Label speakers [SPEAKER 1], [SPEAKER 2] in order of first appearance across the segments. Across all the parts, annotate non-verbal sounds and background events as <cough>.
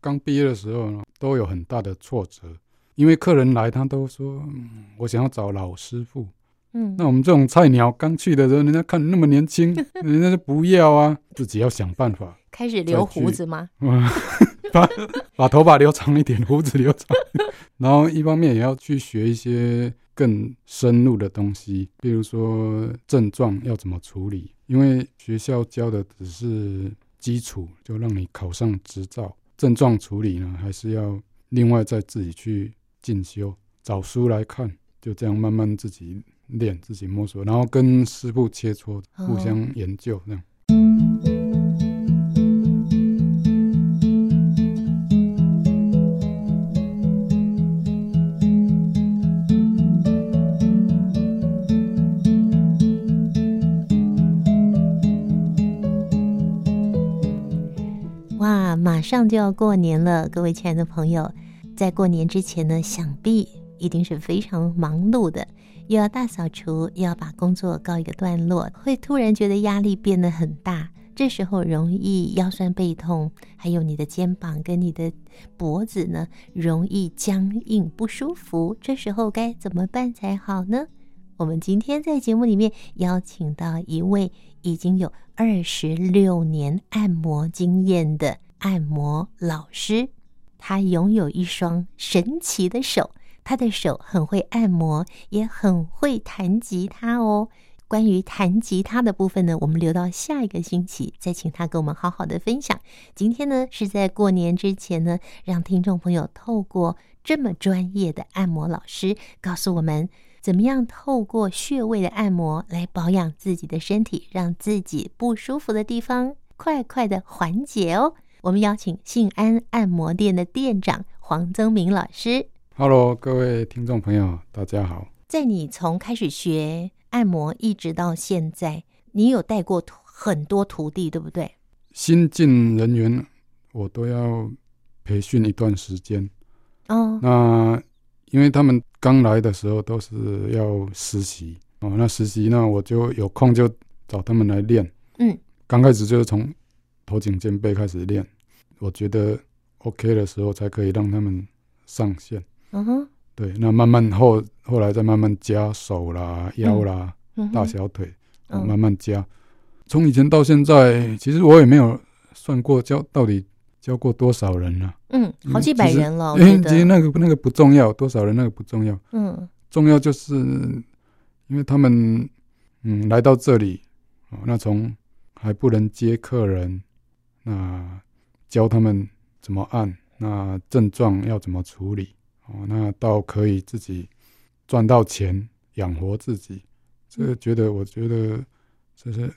[SPEAKER 1] 刚毕业的时候呢，都有很大的挫折，因为客人来，他都说、嗯我想要找老师傅。
[SPEAKER 2] 嗯，
[SPEAKER 1] 那我们这种菜鸟刚去的时候，人家看你那么年轻， <laughs> 人家就不要啊，自己要想办法
[SPEAKER 2] 开始留
[SPEAKER 1] 再
[SPEAKER 2] 胡
[SPEAKER 1] 去
[SPEAKER 2] 子吗？
[SPEAKER 1] 哇把把头发留长一点，胡子留长一点，然后一方面也要去学一些更深入的东西，比如说症状要怎么处理，因为学校教的只是基础，就让你考上执照，症状处理呢还是要另外再自己去进修，找书来看，就这样慢慢自己练，自己摸索，然后跟师傅切磋，互
[SPEAKER 2] 哦
[SPEAKER 1] 相研究这样。
[SPEAKER 2] 哇，马上就要过年了，各位亲爱的朋友，在过年之前呢，想必一定是非常忙碌的，又要大扫除，又要把工作告一个段落，会突然觉得压力变得很大。这时候容易腰酸背痛，还有你的肩膀跟你的脖子呢，容易僵硬不舒服。这时候该怎么办才好呢？我们今天在节目里面邀请到一位已经有二十六年按摩经验的按摩老师，他拥有一双神奇的手，他的手很会按摩，也很会弹吉他哦。关于弹吉他的部分呢，我们留到下一个星期再请他跟我们好好的分享。今天呢是在过年之前呢，让听众朋友透过这么专业的按摩老师告诉我们，怎么样透过穴位的按摩来保养自己的身体，让自己不舒服的地方快快的缓解哦。我们邀请信安按摩店的店长黄增明老师。
[SPEAKER 1] Hello，各位听众朋友，大家好。
[SPEAKER 2] 在你从开始学按摩一直到现在，你有带过徒很多徒弟，对不对？
[SPEAKER 1] 新进人员我都要培训一段时间。
[SPEAKER 2] 哦，
[SPEAKER 1] 那因为他们刚来的时候都是要实习哦，那实习那我就有空就找他们来练。
[SPEAKER 2] 嗯，
[SPEAKER 1] 刚开始就是从头颈肩背开始练，我觉得 OK 的时候才可以让他们上线。
[SPEAKER 2] 嗯哼，
[SPEAKER 1] 对，那慢慢后后来再慢慢加手啦、腰啦。
[SPEAKER 2] 嗯哼
[SPEAKER 1] 大小腿，哦
[SPEAKER 2] 嗯
[SPEAKER 1] 慢慢加。从以前到现在，其实我也没有算过教到底教过多少人了、
[SPEAKER 2] 嗯，好几
[SPEAKER 1] 嗯
[SPEAKER 2] 百
[SPEAKER 1] 其实
[SPEAKER 2] 人了，我
[SPEAKER 1] 因
[SPEAKER 2] 觉
[SPEAKER 1] 为其实
[SPEAKER 2] 得，
[SPEAKER 1] 那个那个不重要，多少人那个不重要，
[SPEAKER 2] 嗯
[SPEAKER 1] 重要就是因为他们嗯来到这里，哦，那从还不能接客人，那教他们怎么按，那症状要怎么处理，哦，那到可以自己赚到钱养活自己，这个觉得我觉得这是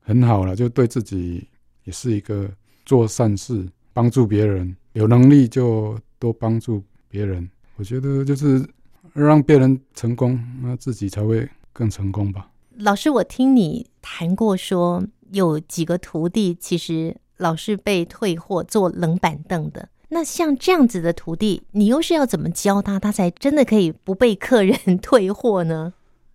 [SPEAKER 1] 很好了，就对自己也是一个做善事，帮助别人，有能力就多帮助别人。我觉得就是让别人成功，那自己才会更成功吧。
[SPEAKER 2] 老师，我听你谈过说有几个徒弟，其实老是被退货坐冷板凳的。那像这样子的徒弟，你又是要怎么教他，他才真的可以不被客人 <laughs> 退货呢？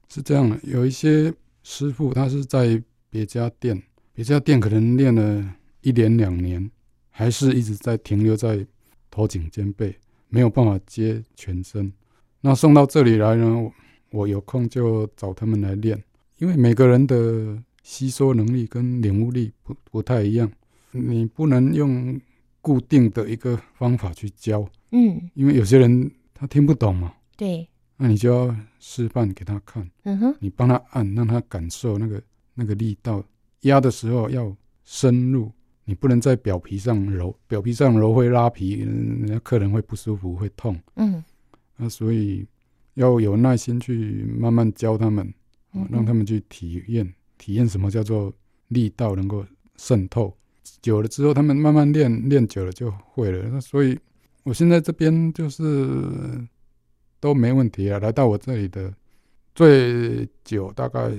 [SPEAKER 1] 是这样的，有一些师傅他是在别家店，别家店可能练了一年两年，还是一直在停留在头颈肩背，没有办法接全身。那送到这里来呢，我我有空就找他们来练，因为每个人的吸收能力跟领悟力不不太一样，你不能用固定的一个方法去教，
[SPEAKER 2] 嗯，
[SPEAKER 1] 因为有些人他听不懂嘛，
[SPEAKER 2] 对，
[SPEAKER 1] 那你就要示范给他看。
[SPEAKER 2] 嗯哼，
[SPEAKER 1] 你帮他按，让他感受那个那个力道，压的时候要深入，你不能在表皮上揉，表皮上揉会拉皮，嗯人家客人会不舒服，会痛。
[SPEAKER 2] 嗯，
[SPEAKER 1] 那所以要有耐心去慢慢教他们，哦
[SPEAKER 2] 嗯
[SPEAKER 1] 让他们去体验体验什么叫做力道能够渗透。久了之后，他们慢慢练，练久了就会了。那所以我现在这边就是都没问题啊。来到我这里的最久大概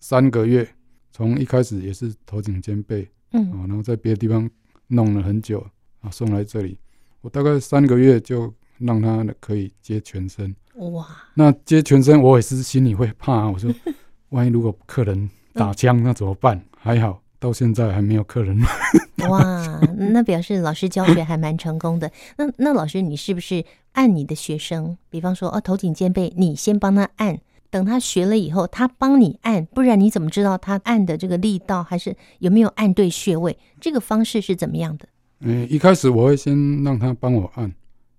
[SPEAKER 1] 三个月，从一开始也是头颈肩背啊、
[SPEAKER 2] 嗯，
[SPEAKER 1] 哦然后在别的地方弄了很久啊，送来这里，我大概三个月就让他可以接全身。
[SPEAKER 2] 嗯哇，
[SPEAKER 1] 那接全身，我也是心里会怕、啊。我说，万一如果客人打枪，那怎么办？还好到现在还没有客人 <laughs>
[SPEAKER 2] <laughs> 哇，那表示老师教学还蛮成功的。那那老师，你是不是按你的学生？比方说，哦，头颈肩背，你先帮他按，等他学了以后，他帮你按，不然你怎么知道他按的这个力道还是有没有按对穴位？这个方式是怎么样的？
[SPEAKER 1] 嗯，一开始我会先让他帮我按，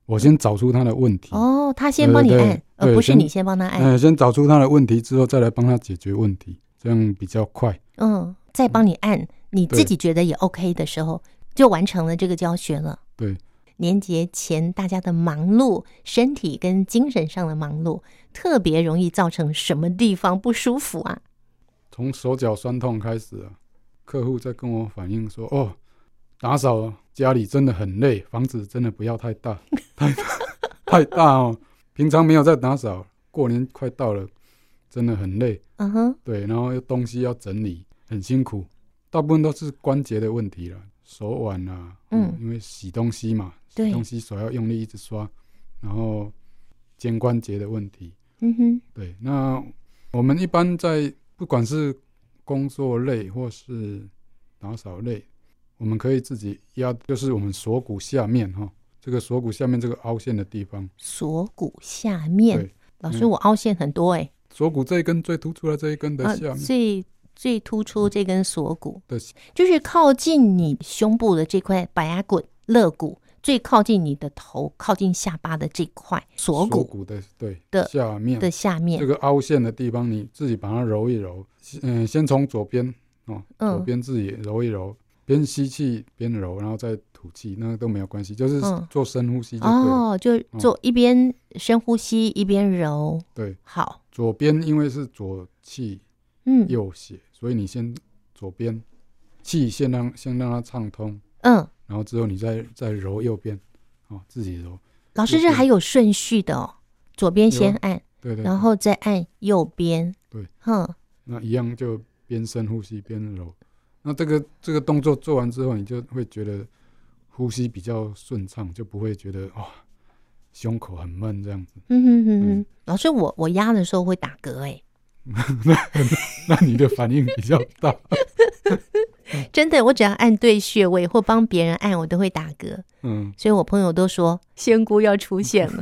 [SPEAKER 1] 我先找出他的问题，
[SPEAKER 2] 哦，哎他先帮你
[SPEAKER 1] 嗯对对
[SPEAKER 2] 按，而
[SPEAKER 1] 对
[SPEAKER 2] 不是
[SPEAKER 1] 先
[SPEAKER 2] 你先帮他按，
[SPEAKER 1] 嗯，先找出他的问题之后，再来帮他解决问题，这样比较快。
[SPEAKER 2] 嗯，再帮你按，你自
[SPEAKER 1] 对
[SPEAKER 2] 己觉得也 OK 的时候，就完成了这个教学了。
[SPEAKER 1] 对，
[SPEAKER 2] 年节前大家的忙碌，身体跟精神上的忙碌，特别容易造成什么地方不舒服啊？
[SPEAKER 1] 从手脚酸痛开始啊，客户在跟我反映说，哦，打扫家里真的很累，房子真的不要太大， <laughs> 太大太大哦，平常没有在打扫，过年快到了，真的很累，
[SPEAKER 2] 嗯哼，
[SPEAKER 1] 对，然后又东西要整理，很辛苦，大部分都是关节的问题了，手腕啊，
[SPEAKER 2] 嗯
[SPEAKER 1] 因为洗东西嘛，
[SPEAKER 2] 对
[SPEAKER 1] 洗东西手要用力一直刷，然后肩关节的问题，
[SPEAKER 2] 嗯哼，
[SPEAKER 1] 对，那我们一般在不管是工作类或是打扫类，我们可以自己压，就是我们锁骨下面哈，这个锁骨下面这个凹陷的地方，
[SPEAKER 2] 锁骨下面
[SPEAKER 1] 对，
[SPEAKER 2] 老师，
[SPEAKER 1] 嗯
[SPEAKER 2] 我凹陷很多哎、
[SPEAKER 1] 锁骨这一根最突出的这一根的
[SPEAKER 2] 啊
[SPEAKER 1] 下，面
[SPEAKER 2] 最最突出这根锁骨，
[SPEAKER 1] 的
[SPEAKER 2] 就是靠近你胸部的这块白牙骨肋骨，最靠近你的头、靠近下巴的这块锁
[SPEAKER 1] 锁
[SPEAKER 2] 骨
[SPEAKER 1] 骨的对
[SPEAKER 2] 的
[SPEAKER 1] 下面
[SPEAKER 2] 的下
[SPEAKER 1] 这
[SPEAKER 2] 面，嗯
[SPEAKER 1] 个凹陷的地方，你自己把它揉一揉，嗯、先从左边哦，左
[SPEAKER 2] 嗯
[SPEAKER 1] 边自己揉一揉。边吸气边揉，然后再吐气，那个都没有关系，就是
[SPEAKER 2] 嗯
[SPEAKER 1] 做深呼吸就对了。
[SPEAKER 2] 哦，就
[SPEAKER 1] 嗯
[SPEAKER 2] 做一边深呼吸一边揉，
[SPEAKER 1] 对，
[SPEAKER 2] 好，
[SPEAKER 1] 左边因为是左气
[SPEAKER 2] 嗯
[SPEAKER 1] 右血，所以你先左边气先让先让它畅通，
[SPEAKER 2] 嗯，
[SPEAKER 1] 然后之后你再再揉右边，哦，自己揉，
[SPEAKER 2] 老师这还有顺序的哦，左边先
[SPEAKER 1] 有
[SPEAKER 2] 按，
[SPEAKER 1] 对对，
[SPEAKER 2] 然后再按右边，
[SPEAKER 1] 对，
[SPEAKER 2] 哼，
[SPEAKER 1] 那一样就边深呼吸边揉。那这个这个动作做完之后，你就会觉得呼吸比较顺畅，就不会觉得哇、胸口很闷这样子。
[SPEAKER 2] 嗯哼哼哼
[SPEAKER 1] 嗯，
[SPEAKER 2] 老师我我压的时候会打嗝哎、
[SPEAKER 1] 那你的反应比较大，
[SPEAKER 2] 真的，我只要按对穴位或帮别人按，我都会打嗝。
[SPEAKER 1] 嗯，
[SPEAKER 2] 所以我朋友都说仙姑要出现
[SPEAKER 1] <laughs>
[SPEAKER 2] 了。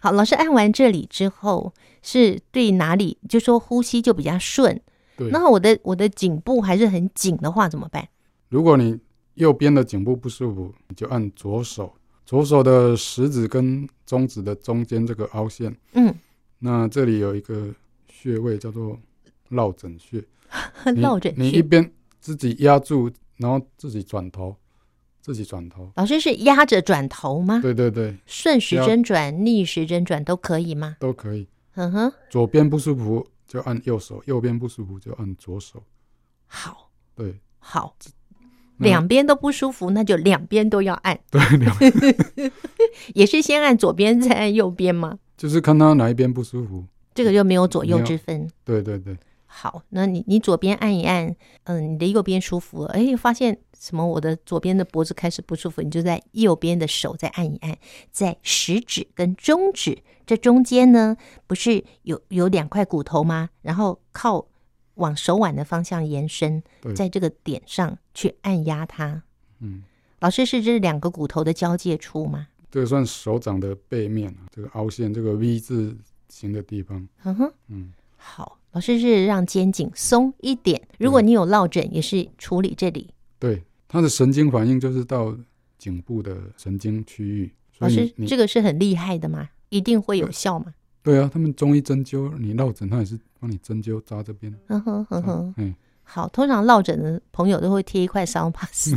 [SPEAKER 2] 好，老师按完这里之后，是对哪里就说呼吸就比较顺。
[SPEAKER 1] 对。
[SPEAKER 2] 那我的我的颈部还是很紧的话怎么办？
[SPEAKER 1] 如果你右边的颈部不舒服，你就按左手，左手的食指跟中指的中间这个凹陷，
[SPEAKER 2] 嗯，
[SPEAKER 1] 那这里有一个穴位叫做落枕穴，你
[SPEAKER 2] 绕着
[SPEAKER 1] 你一边自己压住，然后自己转头，自己转头，
[SPEAKER 2] 老师是压着转头吗？
[SPEAKER 1] 对对对，
[SPEAKER 2] 顺时
[SPEAKER 1] 要
[SPEAKER 2] 针转、逆时针转都可以吗？
[SPEAKER 1] 都可以。
[SPEAKER 2] 嗯哼，
[SPEAKER 1] 左边不舒服就按右手，右边不舒服就按左手，
[SPEAKER 2] 好，
[SPEAKER 1] 对，
[SPEAKER 2] 好，
[SPEAKER 1] 那
[SPEAKER 2] 两边都不舒服，那就两边都要按，
[SPEAKER 1] 对，两边
[SPEAKER 2] 也是先按左边再按右边吗？
[SPEAKER 1] 就是看他哪一边不舒服，
[SPEAKER 2] 这个就没有左右
[SPEAKER 1] 没有
[SPEAKER 2] 之分。
[SPEAKER 1] 对对对，
[SPEAKER 2] 好，那你你左边按一按，嗯，你的右边舒服了，哎，发现什么？我的左边的脖子开始不舒服，你就在右边的手再按一按，在食指跟中指这中间呢，不是有有两块骨头吗？然后靠往手腕的方向延伸，
[SPEAKER 1] 对
[SPEAKER 2] 在这个点上去按压它。
[SPEAKER 1] 嗯，
[SPEAKER 2] 老师是这两个骨头的交界处吗？
[SPEAKER 1] 这个算手掌的背面啊，这个凹陷，这个 V 字形的地方，
[SPEAKER 2] 嗯哼。
[SPEAKER 1] 嗯，
[SPEAKER 2] 好，老师是让肩颈松一点。如果你有落枕，也是处理这里。
[SPEAKER 1] 对，它的神经反应就是到颈部的神经区域，
[SPEAKER 2] 老
[SPEAKER 1] 所以
[SPEAKER 2] 师
[SPEAKER 1] 你，你
[SPEAKER 2] 这个是很厉害的嘛，一定会有效嘛。
[SPEAKER 1] 对啊，他们中医针灸，你落枕，他也是帮你针灸扎这边，
[SPEAKER 2] 嗯哼哼哼，
[SPEAKER 1] 嗯，
[SPEAKER 2] 好，通常落枕的朋友都会贴一块
[SPEAKER 1] <laughs>
[SPEAKER 2] 桑巴斯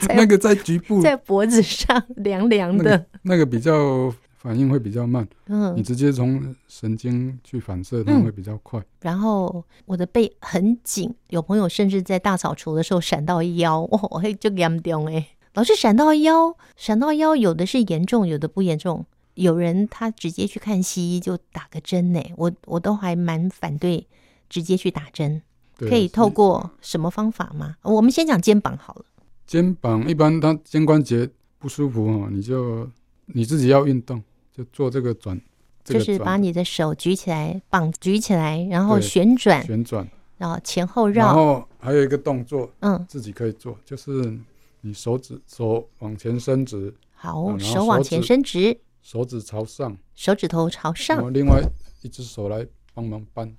[SPEAKER 2] 在
[SPEAKER 1] 那
[SPEAKER 2] 在
[SPEAKER 1] 个在局部，
[SPEAKER 2] 在脖子上，凉凉
[SPEAKER 1] 那
[SPEAKER 2] 的。
[SPEAKER 1] 那个比较反应会比较慢，你
[SPEAKER 2] 嗯，
[SPEAKER 1] 直接从神经去反射，它
[SPEAKER 2] 嗯
[SPEAKER 1] 会比较快。
[SPEAKER 2] 然后我的背很紧，有朋友甚至在大扫除的时候闪到腰，哦，嘿，就严重哎。老是闪到腰，闪到腰，有的是严重，有的不严重。有人他直接去看西医就打个针呢，我我都还蛮反对直接去打针。
[SPEAKER 1] 对啊，
[SPEAKER 2] 可以透
[SPEAKER 1] 所
[SPEAKER 2] 过什么方法吗？我们先讲肩膀好了。
[SPEAKER 1] 肩膀一般它肩关节不舒服哦，你就你自己要运动，就做这个转，这
[SPEAKER 2] 就
[SPEAKER 1] 个
[SPEAKER 2] 是
[SPEAKER 1] 转
[SPEAKER 2] 把你的手举起来，绑举起来，然后
[SPEAKER 1] 对
[SPEAKER 2] 旋转，
[SPEAKER 1] 旋转，
[SPEAKER 2] 然后前后
[SPEAKER 1] 然
[SPEAKER 2] 绕，
[SPEAKER 1] 后还有一个动作
[SPEAKER 2] 嗯，
[SPEAKER 1] 自己可以做，就是你手指手往前伸直，
[SPEAKER 2] 好，
[SPEAKER 1] 嗯然后
[SPEAKER 2] 手往前伸直，
[SPEAKER 1] 手指朝上，
[SPEAKER 2] 手指头朝
[SPEAKER 1] 然
[SPEAKER 2] 上，
[SPEAKER 1] 后另外一只手来帮忙扳，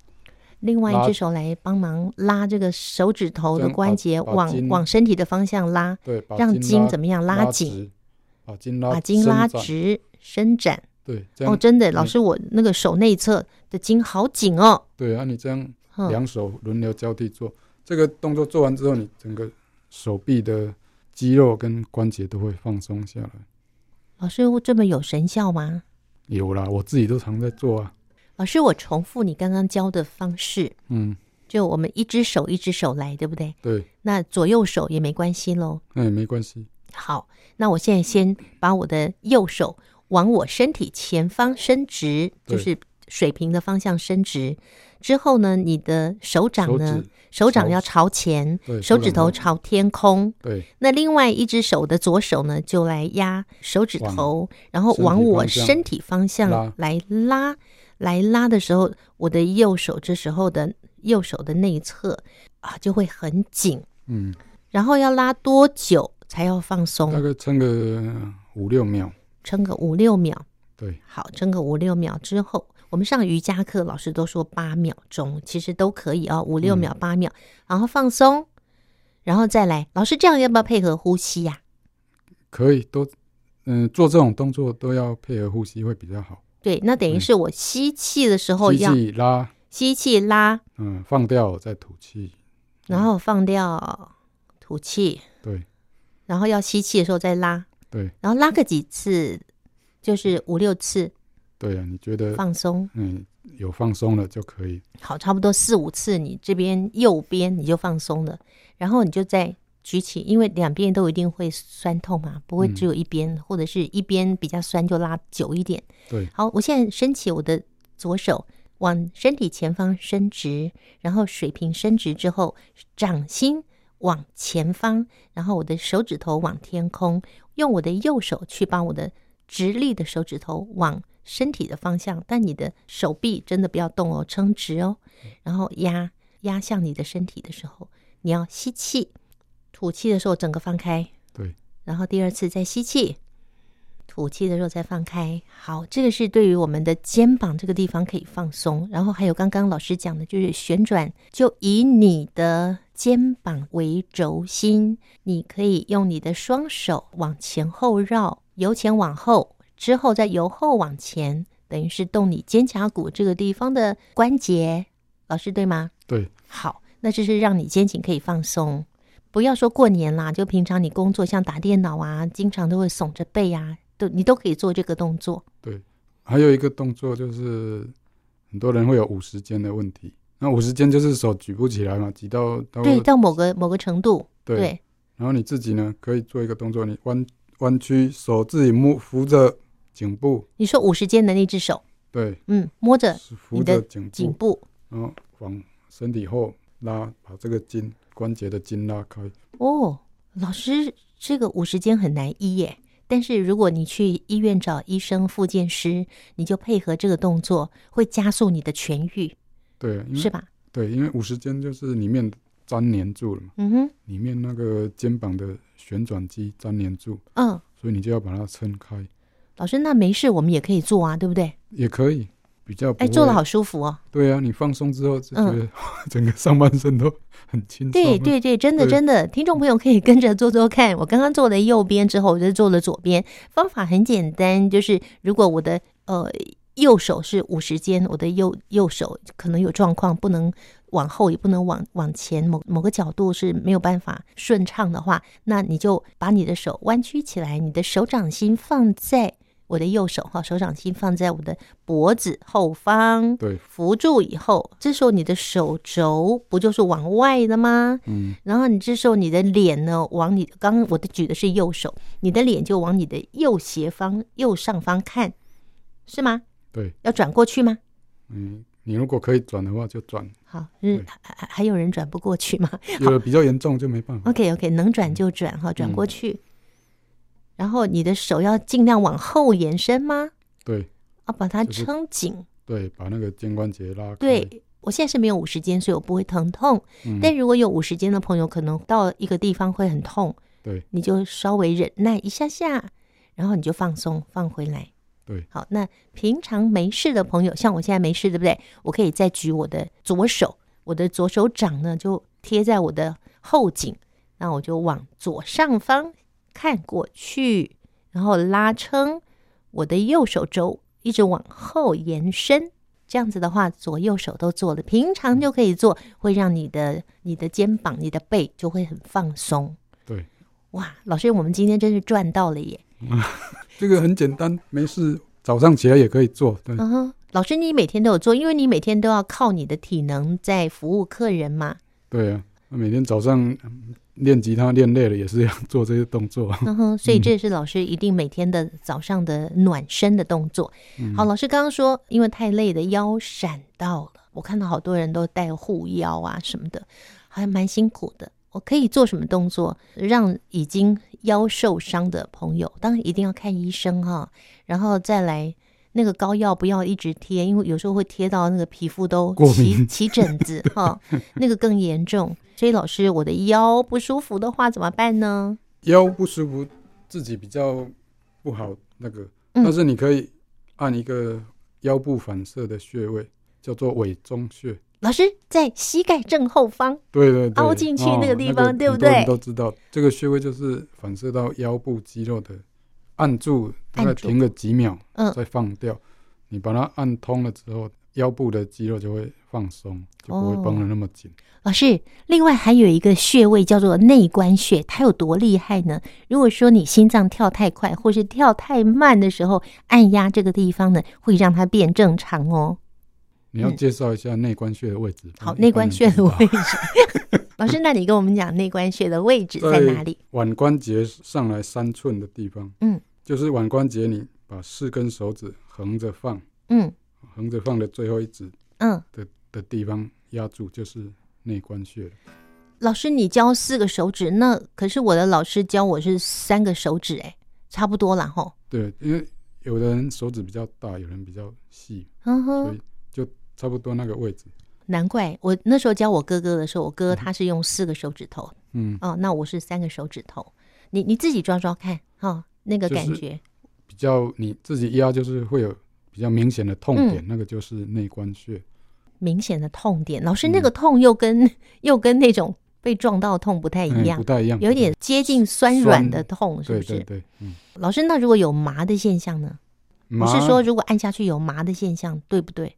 [SPEAKER 2] 另外一
[SPEAKER 1] 拉
[SPEAKER 2] 只手来帮忙拉这个手指头的
[SPEAKER 1] 这样
[SPEAKER 2] 关
[SPEAKER 1] 把
[SPEAKER 2] 节
[SPEAKER 1] 把
[SPEAKER 2] 往
[SPEAKER 1] 筋
[SPEAKER 2] 往身体的方向拉，
[SPEAKER 1] 对，把
[SPEAKER 2] 让筋
[SPEAKER 1] 拉
[SPEAKER 2] 怎么样
[SPEAKER 1] 拉
[SPEAKER 2] 紧，
[SPEAKER 1] 直，把筋拉
[SPEAKER 2] 把筋
[SPEAKER 1] 伸
[SPEAKER 2] 拉
[SPEAKER 1] 展，
[SPEAKER 2] 直伸展。
[SPEAKER 1] 对，这样、
[SPEAKER 2] 哦，真的，
[SPEAKER 1] 嗯
[SPEAKER 2] 老师，我那个手内侧的筋好紧哦。嗯
[SPEAKER 1] 对啊，你这样
[SPEAKER 2] 哼
[SPEAKER 1] 两手轮流交替做，这个动作做完之后，你整个手臂的肌肉跟关节都会放松下来。
[SPEAKER 2] 老师这么有神效吗？
[SPEAKER 1] 有啦，我自己都常在做啊。
[SPEAKER 2] 老师，我重复你刚刚教的方式，
[SPEAKER 1] 嗯，
[SPEAKER 2] 就我们一只手一只手来，对不对？
[SPEAKER 1] 对，
[SPEAKER 2] 那左右手也没关系喽。
[SPEAKER 1] 那也没关系。
[SPEAKER 2] 好，那我现在先把我的右手往我身体前方伸直，就
[SPEAKER 1] 对
[SPEAKER 2] 是水平的方向伸直。之后呢，你的手掌
[SPEAKER 1] 手
[SPEAKER 2] 呢，
[SPEAKER 1] 指
[SPEAKER 2] 手掌
[SPEAKER 1] 朝
[SPEAKER 2] 要朝前，
[SPEAKER 1] 对，
[SPEAKER 2] 手指头朝天空。
[SPEAKER 1] 对
[SPEAKER 2] 那另外一只手的左手呢，就来压手指头，然后往我身体方向
[SPEAKER 1] 拉
[SPEAKER 2] 来拉，来拉的时候，我的右手这时候的右手的内侧啊就会很紧，
[SPEAKER 1] 嗯，
[SPEAKER 2] 然后要拉多久才要放
[SPEAKER 1] 大
[SPEAKER 2] 松？
[SPEAKER 1] 概撑个五六秒。
[SPEAKER 2] 撑个五六秒，
[SPEAKER 1] 对，
[SPEAKER 2] 好，撑个五六秒之后，我们上瑜伽课老师都说八秒钟，其实都可以啊、五六秒、八秒，然后放松，然后再来。老师这样要不要配合呼吸呀、
[SPEAKER 1] 可以都，嗯、做这种动作都要配合呼吸会比较好。
[SPEAKER 2] 对，那等于
[SPEAKER 1] 嗯
[SPEAKER 2] 是我吸气的时候
[SPEAKER 1] 吸
[SPEAKER 2] 要
[SPEAKER 1] 气拉，
[SPEAKER 2] 吸气拉，
[SPEAKER 1] 嗯，放掉再吐气。
[SPEAKER 2] 然后放掉吐气，
[SPEAKER 1] 对
[SPEAKER 2] 然后要吸气的时候再拉，
[SPEAKER 1] 对
[SPEAKER 2] 然后拉个几次，就是五六次
[SPEAKER 1] 对啊，你觉得
[SPEAKER 2] 放松。
[SPEAKER 1] 嗯有放松了就可以。
[SPEAKER 2] 好，差不多四五次，你这边右边你就放松了，然后你就再举起，因为两边都一定会酸痛嘛，不会
[SPEAKER 1] 嗯
[SPEAKER 2] 只有一边，或者是一边比较酸就拉久一点。
[SPEAKER 1] 对，
[SPEAKER 2] 好，我现在升起我的左手，往身体前方伸直，然后水平伸直之后，掌心往前方，然后我的手指头往天空，用我的右手去帮我的直立的手指头往身体的方向，但你的手臂真的不要动哦，撑直哦，然后压压向你的身体的时候，你要吸气，吐气的时候整个放开，
[SPEAKER 1] 对，
[SPEAKER 2] 然后第二次再吸气，吐气的时候再放开。好，这个是对于我们的肩膀这个地方可以放松。然后还有刚刚老师讲的，就是旋转，就以你的肩膀为轴心，你可以用你的双手往前后绕，由前往后，之后再由后往前，等于是动你肩胛骨这个地方的关节。老师对吗？
[SPEAKER 1] 对，
[SPEAKER 2] 好，那这是让你肩颈可以放松。不要说过年啦，就平常你工作像打电脑啊，经常都会耸着背啊，都你都可以做这个动作。
[SPEAKER 1] 还有一个动作就是很多人会有五十肩的问题。那五十肩就是手举不起来嘛，举到到
[SPEAKER 2] 对，到某个某个程度，
[SPEAKER 1] 呃对然后你自己呢，可以做一个动作，你弯弯曲手，自己摸扶着颈部，
[SPEAKER 2] 你说五十肩的那只手，
[SPEAKER 1] 对，
[SPEAKER 2] 嗯，摸着
[SPEAKER 1] 是
[SPEAKER 2] 你
[SPEAKER 1] 扶
[SPEAKER 2] 的
[SPEAKER 1] 着颈
[SPEAKER 2] 颈
[SPEAKER 1] 部，
[SPEAKER 2] 部，
[SPEAKER 1] 然后往身体后拉，把这个筋关节的筋拉开。
[SPEAKER 2] 哦，老师，这个五十肩很难医耶。但是如果你去医院找医生、复健师，你就配合这个动作，会加速你的痊愈，
[SPEAKER 1] 对，因
[SPEAKER 2] 是
[SPEAKER 1] 为
[SPEAKER 2] 吧？
[SPEAKER 1] 对，因为五十肩就是里面粘连住了嘛，
[SPEAKER 2] 嗯哼，
[SPEAKER 1] 里面那个肩膀的旋转肌粘连住，
[SPEAKER 2] 嗯，
[SPEAKER 1] 所以你就要把它撑开，
[SPEAKER 2] 老师，那没事，我们也可以做啊，对不对？
[SPEAKER 1] 也可以比较不
[SPEAKER 2] 哎，
[SPEAKER 1] 会。
[SPEAKER 2] 做的好舒服哦。
[SPEAKER 1] 对啊，你放松之后就觉
[SPEAKER 2] 嗯
[SPEAKER 1] 得整个上半身都很轻松。啊
[SPEAKER 2] 对，对对，真的
[SPEAKER 1] 对
[SPEAKER 2] 真的，听众朋友可以跟着做做看。我刚刚做了右边之后，我就做了左边，方法很简单，就是如果我的呃右手是五十肩，我的右右手可能有状况，不能往后，也不能往往前，某某个角度是没有办法顺畅的话，那你就把你的手弯曲起来，你的手掌心放在我的右手哈，手掌心放在我的脖子后方。
[SPEAKER 1] 对，
[SPEAKER 2] 扶住以后，这时候你的手肘不就是往外的吗？
[SPEAKER 1] 嗯，
[SPEAKER 2] 然后你这时候你的脸呢，往你刚刚我的举的是右手，你的脸就往你的右斜方、右上方看，是吗？
[SPEAKER 1] 对，
[SPEAKER 2] 要转过去吗？
[SPEAKER 1] 嗯，你如果可以转的话就转，
[SPEAKER 2] 好，
[SPEAKER 1] 对，
[SPEAKER 2] 嗯
[SPEAKER 1] 嗯
[SPEAKER 2] 还还还有人转不过去吗
[SPEAKER 1] 有的比较严重就没办法。
[SPEAKER 2] ？OK OK，能转就转
[SPEAKER 1] 嗯
[SPEAKER 2] 哈，转过去。然后你的手要尽量往后延伸吗？
[SPEAKER 1] 对
[SPEAKER 2] 啊，把它
[SPEAKER 1] 就是
[SPEAKER 2] 撑紧。
[SPEAKER 1] 对，把那个肩关节拉开。，
[SPEAKER 2] 对我现在是没有五十肩，所以我不会疼痛。
[SPEAKER 1] 嗯、
[SPEAKER 2] 但如果有五十肩的朋友，可能到一个地方会很痛，
[SPEAKER 1] 对，
[SPEAKER 2] 你就稍微忍耐一下下，然后你就放松放回来。
[SPEAKER 1] 对，
[SPEAKER 2] 好，那平常没事的朋友，像我现在没事，对不对？我可以再举我的左手，我的左手掌呢就贴在我的后颈，那我就往左上方看过去，然后拉撑我的右手肘，一直往后延伸。这样子的话，左右手都做了，平
[SPEAKER 1] 嗯
[SPEAKER 2] 常就可以做，会让你的你的肩膀、你的背就会很放松。
[SPEAKER 1] 对，
[SPEAKER 2] 哇，老师，我们今天真是赚到了耶！
[SPEAKER 1] 这个很简单，没事，早上起来也可以做。对，
[SPEAKER 2] 嗯哼，老师，你每天都有做，因为你每天都要靠你的体能在服务客人嘛。
[SPEAKER 1] 对啊，那每天早上嗯练吉他练累了也是要做这些动作。啊
[SPEAKER 2] 嗯哼，所以这是老师一定每天的早上的暖身的动作。
[SPEAKER 1] 嗯
[SPEAKER 2] 好，老师刚刚说，因为太累的腰闪到了，我看到好多人都带护腰啊什么的，还蛮辛苦的。我可以做什么动作让已经腰受伤的朋友？当然一定要看医生哈、然后再来那个膏药不要一直贴，因为有时候会贴到那个皮肤都
[SPEAKER 1] 过
[SPEAKER 2] 起
[SPEAKER 1] 敏
[SPEAKER 2] <laughs> 起疹子哈、那个更严重。所以老师，我的腰不舒服的话怎么办呢？
[SPEAKER 1] <laughs> 腰不舒服，自己比较不好那个，
[SPEAKER 2] 嗯
[SPEAKER 1] 但是你可以按一个腰部反射的穴位，叫做委中穴。
[SPEAKER 2] 老师在膝盖正后方，
[SPEAKER 1] 对对对，
[SPEAKER 2] 凹进去那个地方
[SPEAKER 1] 那
[SPEAKER 2] 对不
[SPEAKER 1] 很多人
[SPEAKER 2] 对
[SPEAKER 1] 都知道这个穴位就是反射到腰部肌肉的，按住大概
[SPEAKER 2] 按住
[SPEAKER 1] 停个几秒，
[SPEAKER 2] 嗯
[SPEAKER 1] 再放掉。你把它按通了之后，腰部的肌肉就会放松，就不
[SPEAKER 2] 哦
[SPEAKER 1] 会绷得那么紧。
[SPEAKER 2] 老师，另外还有一个穴位叫做内关穴，它有多厉害呢？如果说你心脏跳太快或是跳太慢的时候，按压这个地方呢，会让它变正常哦。
[SPEAKER 1] 你要
[SPEAKER 2] 嗯
[SPEAKER 1] 介绍一下内关穴的位置。
[SPEAKER 2] 好，
[SPEAKER 1] 哦一般
[SPEAKER 2] 内关
[SPEAKER 1] 人
[SPEAKER 2] 穴
[SPEAKER 1] 不知
[SPEAKER 2] 的
[SPEAKER 1] 道
[SPEAKER 2] 位置， <laughs> 老师，那你跟我们讲内关穴的位置在哪里？
[SPEAKER 1] 腕关节上来三寸的地方，
[SPEAKER 2] 嗯，
[SPEAKER 1] 就是腕关节，你把四根手指横着放，
[SPEAKER 2] 嗯
[SPEAKER 1] 横着放的最后一指
[SPEAKER 2] 嗯，
[SPEAKER 1] 的地方压住，就是内关穴了。
[SPEAKER 2] 老师，你教四个手指，那可是我的老师教我是三个手指、哎，差不多啦吼。
[SPEAKER 1] 对，因为有的人手指比较大，有人比较细，
[SPEAKER 2] 嗯
[SPEAKER 1] 所
[SPEAKER 2] 哼
[SPEAKER 1] 以，就差不多那个位置。
[SPEAKER 2] 难怪我那时候教我哥哥的时候，我哥他是用四个手指头，
[SPEAKER 1] 嗯，
[SPEAKER 2] 哦，那我是三个手指头，你你自己抓抓看哈、那个
[SPEAKER 1] 就
[SPEAKER 2] 感
[SPEAKER 1] 是
[SPEAKER 2] 觉、
[SPEAKER 1] 比较你自己压就是会有比较明显的痛点，
[SPEAKER 2] 嗯
[SPEAKER 1] 那个就是内关穴。
[SPEAKER 2] 明显的痛点。老师，那
[SPEAKER 1] 嗯
[SPEAKER 2] 个痛又跟、 <laughs> 又跟那种被撞到的痛不太一
[SPEAKER 1] 嗯
[SPEAKER 2] 样
[SPEAKER 1] 不，太一样，
[SPEAKER 2] 有点接近酸软的痛，是
[SPEAKER 1] 对
[SPEAKER 2] 不是？
[SPEAKER 1] 对对，嗯，
[SPEAKER 2] 老师，那如果有麻的现象呢？我
[SPEAKER 1] 麻
[SPEAKER 2] 是说，如果按下去有麻的现象，对不对？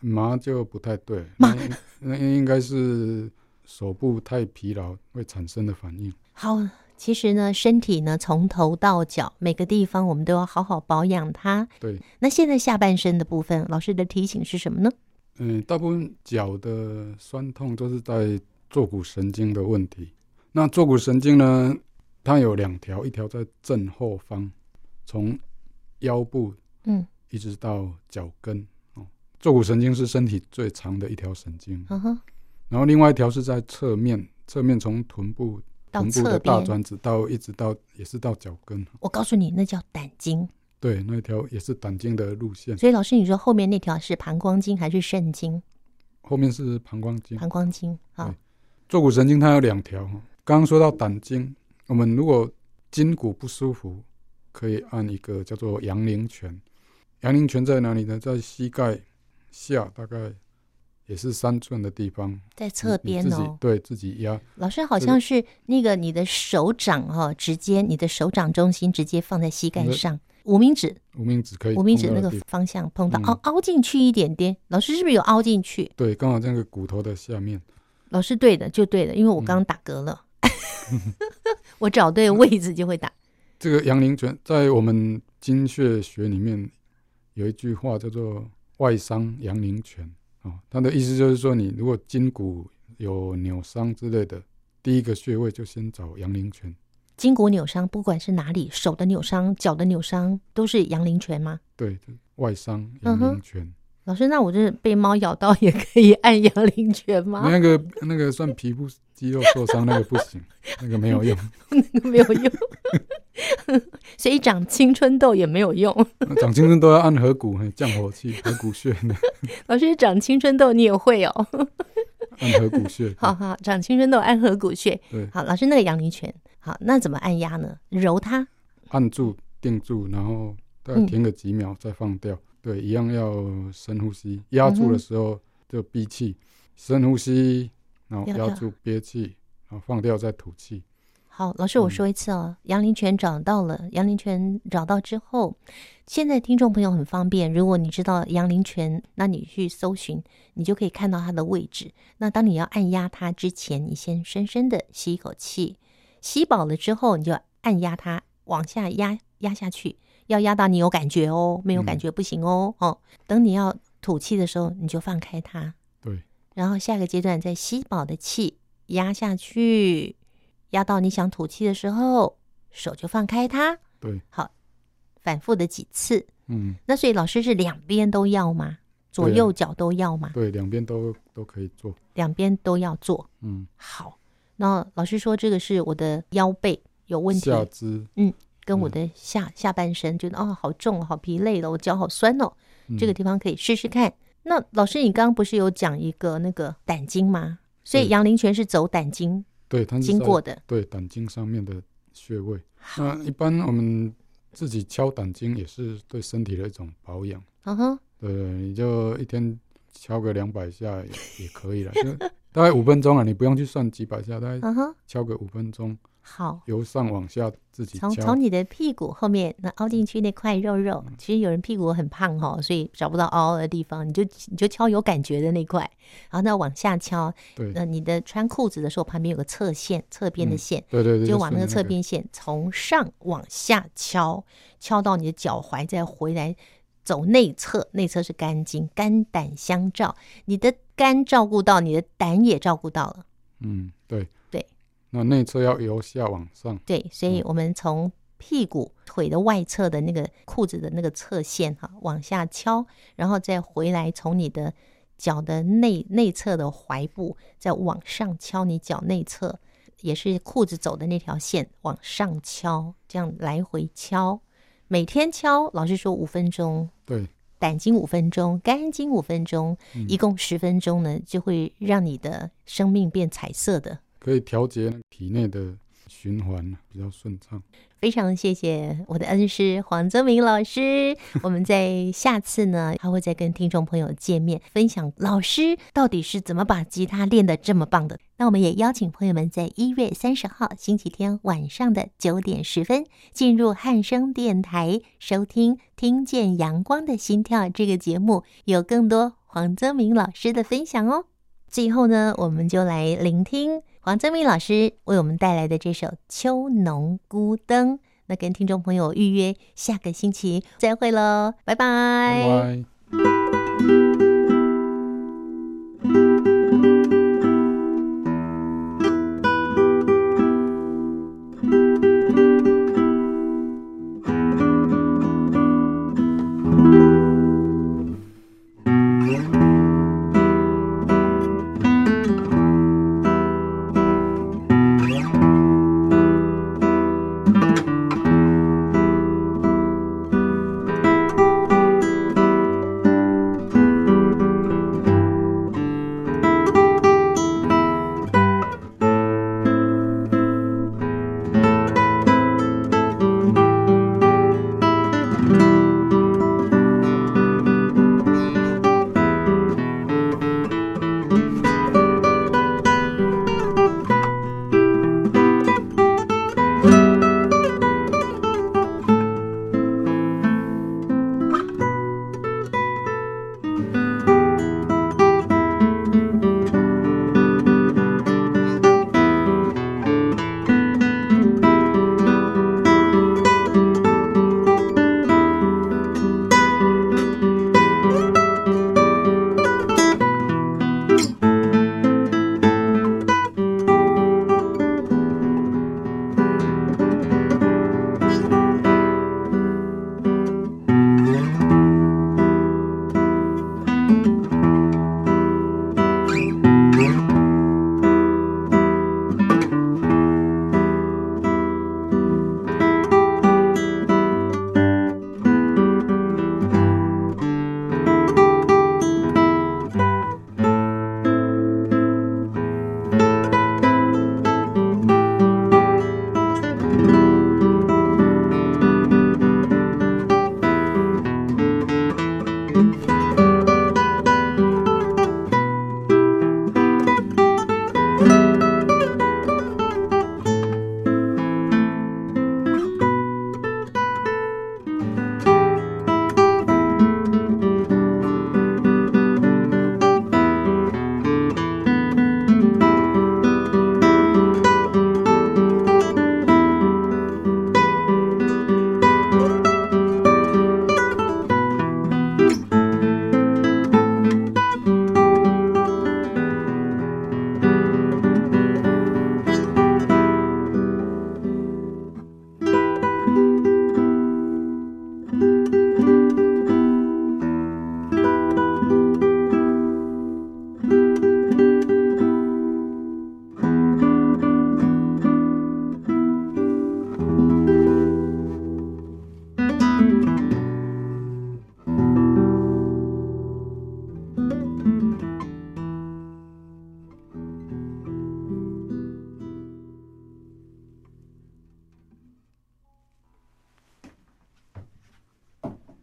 [SPEAKER 1] 麻就不太对，
[SPEAKER 2] 麻
[SPEAKER 1] 那那应该是手部太疲劳会产生的反应。
[SPEAKER 2] 好，其实呢，身体呢从头到脚每个地方我们都要好好保养它。
[SPEAKER 1] 对，
[SPEAKER 2] 那现在下半身的部分，老师的提醒是什么呢？
[SPEAKER 1] 嗯，大部分脚的酸痛都是在坐骨神经的问题。那坐骨神经呢，它有两条，一条在正后方，从腰部
[SPEAKER 2] 嗯
[SPEAKER 1] 一直到脚跟哦。坐骨神经是身体最长的一条神经，
[SPEAKER 2] 嗯哼，
[SPEAKER 1] 然后另外一条是在侧面，侧面从臀部
[SPEAKER 2] 到
[SPEAKER 1] 臀部
[SPEAKER 2] 侧
[SPEAKER 1] 的大
[SPEAKER 2] 边，
[SPEAKER 1] 转子到一直到也是到脚跟。
[SPEAKER 2] 我告诉你，那叫胆经。
[SPEAKER 1] 对，那一条也是胆经的路线，
[SPEAKER 2] 所以老师，你说后面那条是膀胱经还是肾经？
[SPEAKER 1] 后面是膀胱经。
[SPEAKER 2] 膀胱经啊
[SPEAKER 1] 对，坐骨神经它有两条哈，刚刚说到胆经，我们如果筋骨不舒服，可以按一个叫做阳陵泉。阳陵泉在哪里呢？在膝盖下大概也是三寸的地方，
[SPEAKER 2] 在侧
[SPEAKER 1] 你
[SPEAKER 2] 边
[SPEAKER 1] 嗯自己
[SPEAKER 2] 哦。
[SPEAKER 1] 对自己压，
[SPEAKER 2] 老师好像是那个你的手掌哈、哦，直接你的手掌中心直接放在膝盖
[SPEAKER 1] 我的
[SPEAKER 2] 上，无名指，
[SPEAKER 1] 无名指可以
[SPEAKER 2] 无名指
[SPEAKER 1] 碰
[SPEAKER 2] 那
[SPEAKER 1] 到的
[SPEAKER 2] 个
[SPEAKER 1] 地方
[SPEAKER 2] 方向碰到，哦
[SPEAKER 1] 嗯
[SPEAKER 2] 凹凹进去一点点。老师是不是有凹进去？
[SPEAKER 1] 对，刚好那个骨头的下面。
[SPEAKER 2] 老师对的，就对的，因为我
[SPEAKER 1] 嗯
[SPEAKER 2] 刚刚打嗝了， <laughs> 我找对位置就会打。
[SPEAKER 1] 这个阳陵泉在我们经穴学里面有一句话叫做“外伤阳陵泉”哦，它的意思就是说，你如果筋骨有扭伤之类的，第一个穴位就先找阳陵泉。
[SPEAKER 2] 筋骨扭伤，不管是哪里，手的扭伤、脚的扭伤，都是阳陵泉吗？
[SPEAKER 1] 对，就是外伤
[SPEAKER 2] 嗯
[SPEAKER 1] 阳
[SPEAKER 2] 哼
[SPEAKER 1] 陵泉，
[SPEAKER 2] 老师，那我这被猫咬到也可以按摇铃拳吗？
[SPEAKER 1] 那个那个算皮肤肌肉受伤，那个不行，那个没有用，
[SPEAKER 2] 都 <laughs> 没有用， <laughs> 所以长青春痘也没有用。
[SPEAKER 1] 那长青春都要按合谷，嘿降火气，合谷穴的，
[SPEAKER 2] 老师，长青春痘你也会哦？
[SPEAKER 1] 按合谷穴。
[SPEAKER 2] 好好，长青春痘按合谷穴。
[SPEAKER 1] 对
[SPEAKER 2] 好，老师那个阳陵拳，好，那怎么按压呢？揉它，
[SPEAKER 1] 按住、定住，然后大概
[SPEAKER 2] 嗯
[SPEAKER 1] 停个几秒再放掉。对，一样要深呼吸，压
[SPEAKER 2] 嗯
[SPEAKER 1] 住
[SPEAKER 2] 哼
[SPEAKER 1] 的时候就憋气，深呼吸，然后
[SPEAKER 2] 要
[SPEAKER 1] 压
[SPEAKER 2] 要
[SPEAKER 1] 住憋气，然后放掉再吐气。
[SPEAKER 2] 好，老师，我
[SPEAKER 1] 嗯
[SPEAKER 2] 说一次哦，杨林泉找到了，杨林泉找到之后，现在听众朋友很方便，如果你知道杨林泉，那你去搜寻，你就可以看到它的位置。那当你要按压它之前，你先深深的吸一口气，吸饱了之后，你就按压它，往下压压下去，要压到你有感觉哦，没有感
[SPEAKER 1] 嗯
[SPEAKER 2] 觉不行哦。哦，等你要吐气的时候，你就放开它。
[SPEAKER 1] 对，
[SPEAKER 2] 然后下个阶段再吸饱的气压下去，压到你想吐气的时候，手就放开它。
[SPEAKER 1] 对，
[SPEAKER 2] 好，反复的几次。
[SPEAKER 1] 嗯，
[SPEAKER 2] 那所以老师是两边都要吗？左
[SPEAKER 1] 对啊
[SPEAKER 2] 右脚都要吗？
[SPEAKER 1] 对，两边都都可以做。
[SPEAKER 2] 两边都要做
[SPEAKER 1] 嗯，
[SPEAKER 2] 好。那老师说这个是我的腰背有问题，
[SPEAKER 1] 下肢
[SPEAKER 2] 跟我
[SPEAKER 1] 嗯
[SPEAKER 2] 的下、下半身觉得哦好重好疲累了，我脚好酸哦，这个
[SPEAKER 1] 嗯
[SPEAKER 2] 地方可以试试看。那老师，你刚刚不是有讲一个那个胆经吗？所以
[SPEAKER 1] 对
[SPEAKER 2] 杨林泉是走胆经
[SPEAKER 1] 对，它是
[SPEAKER 2] 经
[SPEAKER 1] 在
[SPEAKER 2] 过的，
[SPEAKER 1] 对胆经上面的穴位。
[SPEAKER 2] 好
[SPEAKER 1] 那一般我们自己敲胆经也是对身体的一种保养。
[SPEAKER 2] 嗯哼，
[SPEAKER 1] 对，你就一天敲个两百下也也可以了，就大概五分钟啊，你不用去算几百下，大概
[SPEAKER 2] 嗯哼，
[SPEAKER 1] 敲个五分钟，
[SPEAKER 2] 好，
[SPEAKER 1] 由上往下自己敲
[SPEAKER 2] 从。从你的屁股后面那凹进去那块肉肉，其实有人屁股很胖哦，所以找不到凹凹的地方，你就你就敲有感觉的那块，然后那往下敲，
[SPEAKER 1] 对
[SPEAKER 2] 那你的穿裤子的时候旁边有个侧线，侧边的线。
[SPEAKER 1] 对对对，
[SPEAKER 2] 嗯就往那
[SPEAKER 1] 顺
[SPEAKER 2] 个
[SPEAKER 1] 着
[SPEAKER 2] 侧。边线从上往下敲，敲到你的脚踝，再回来走内侧，内侧是肝经，肝胆相照，你的肝照顾到，你的胆也照顾到了。
[SPEAKER 1] 嗯，对
[SPEAKER 2] 对。
[SPEAKER 1] 那内侧要由下往上，
[SPEAKER 2] 对，所以我们从屁股、腿的外侧的那个裤子的那个侧线哈、往下敲，然后再回来从你的脚的内内侧的踝部再往上敲，你脚内侧也是裤子走的那条线往上敲，这样来回敲，每天敲，老师说五分钟。
[SPEAKER 1] 对
[SPEAKER 2] 胆经五分钟，肝经五分钟，
[SPEAKER 1] 嗯
[SPEAKER 2] 一共十分钟呢，就会让你的生命变彩色的。
[SPEAKER 1] 可以调节体内的循环，比较顺畅。
[SPEAKER 2] 非常谢谢我的恩师黄泽明老师，我们在下次呢，还会再跟听众朋友见面，分享老师到底是怎么把吉他练得这么棒的。那我们也邀请朋友们在一月三十号星期天晚上的九点十分，进入汉声电台收听《听见阳光的心跳》这个节目，有更多黄泽明老师的分享哦。最后呢，我们就来聆听黄增明老师为我们带来的这首《秋浓孤灯》。那跟听众朋友预约下个星期再会喽，拜拜
[SPEAKER 1] 拜拜。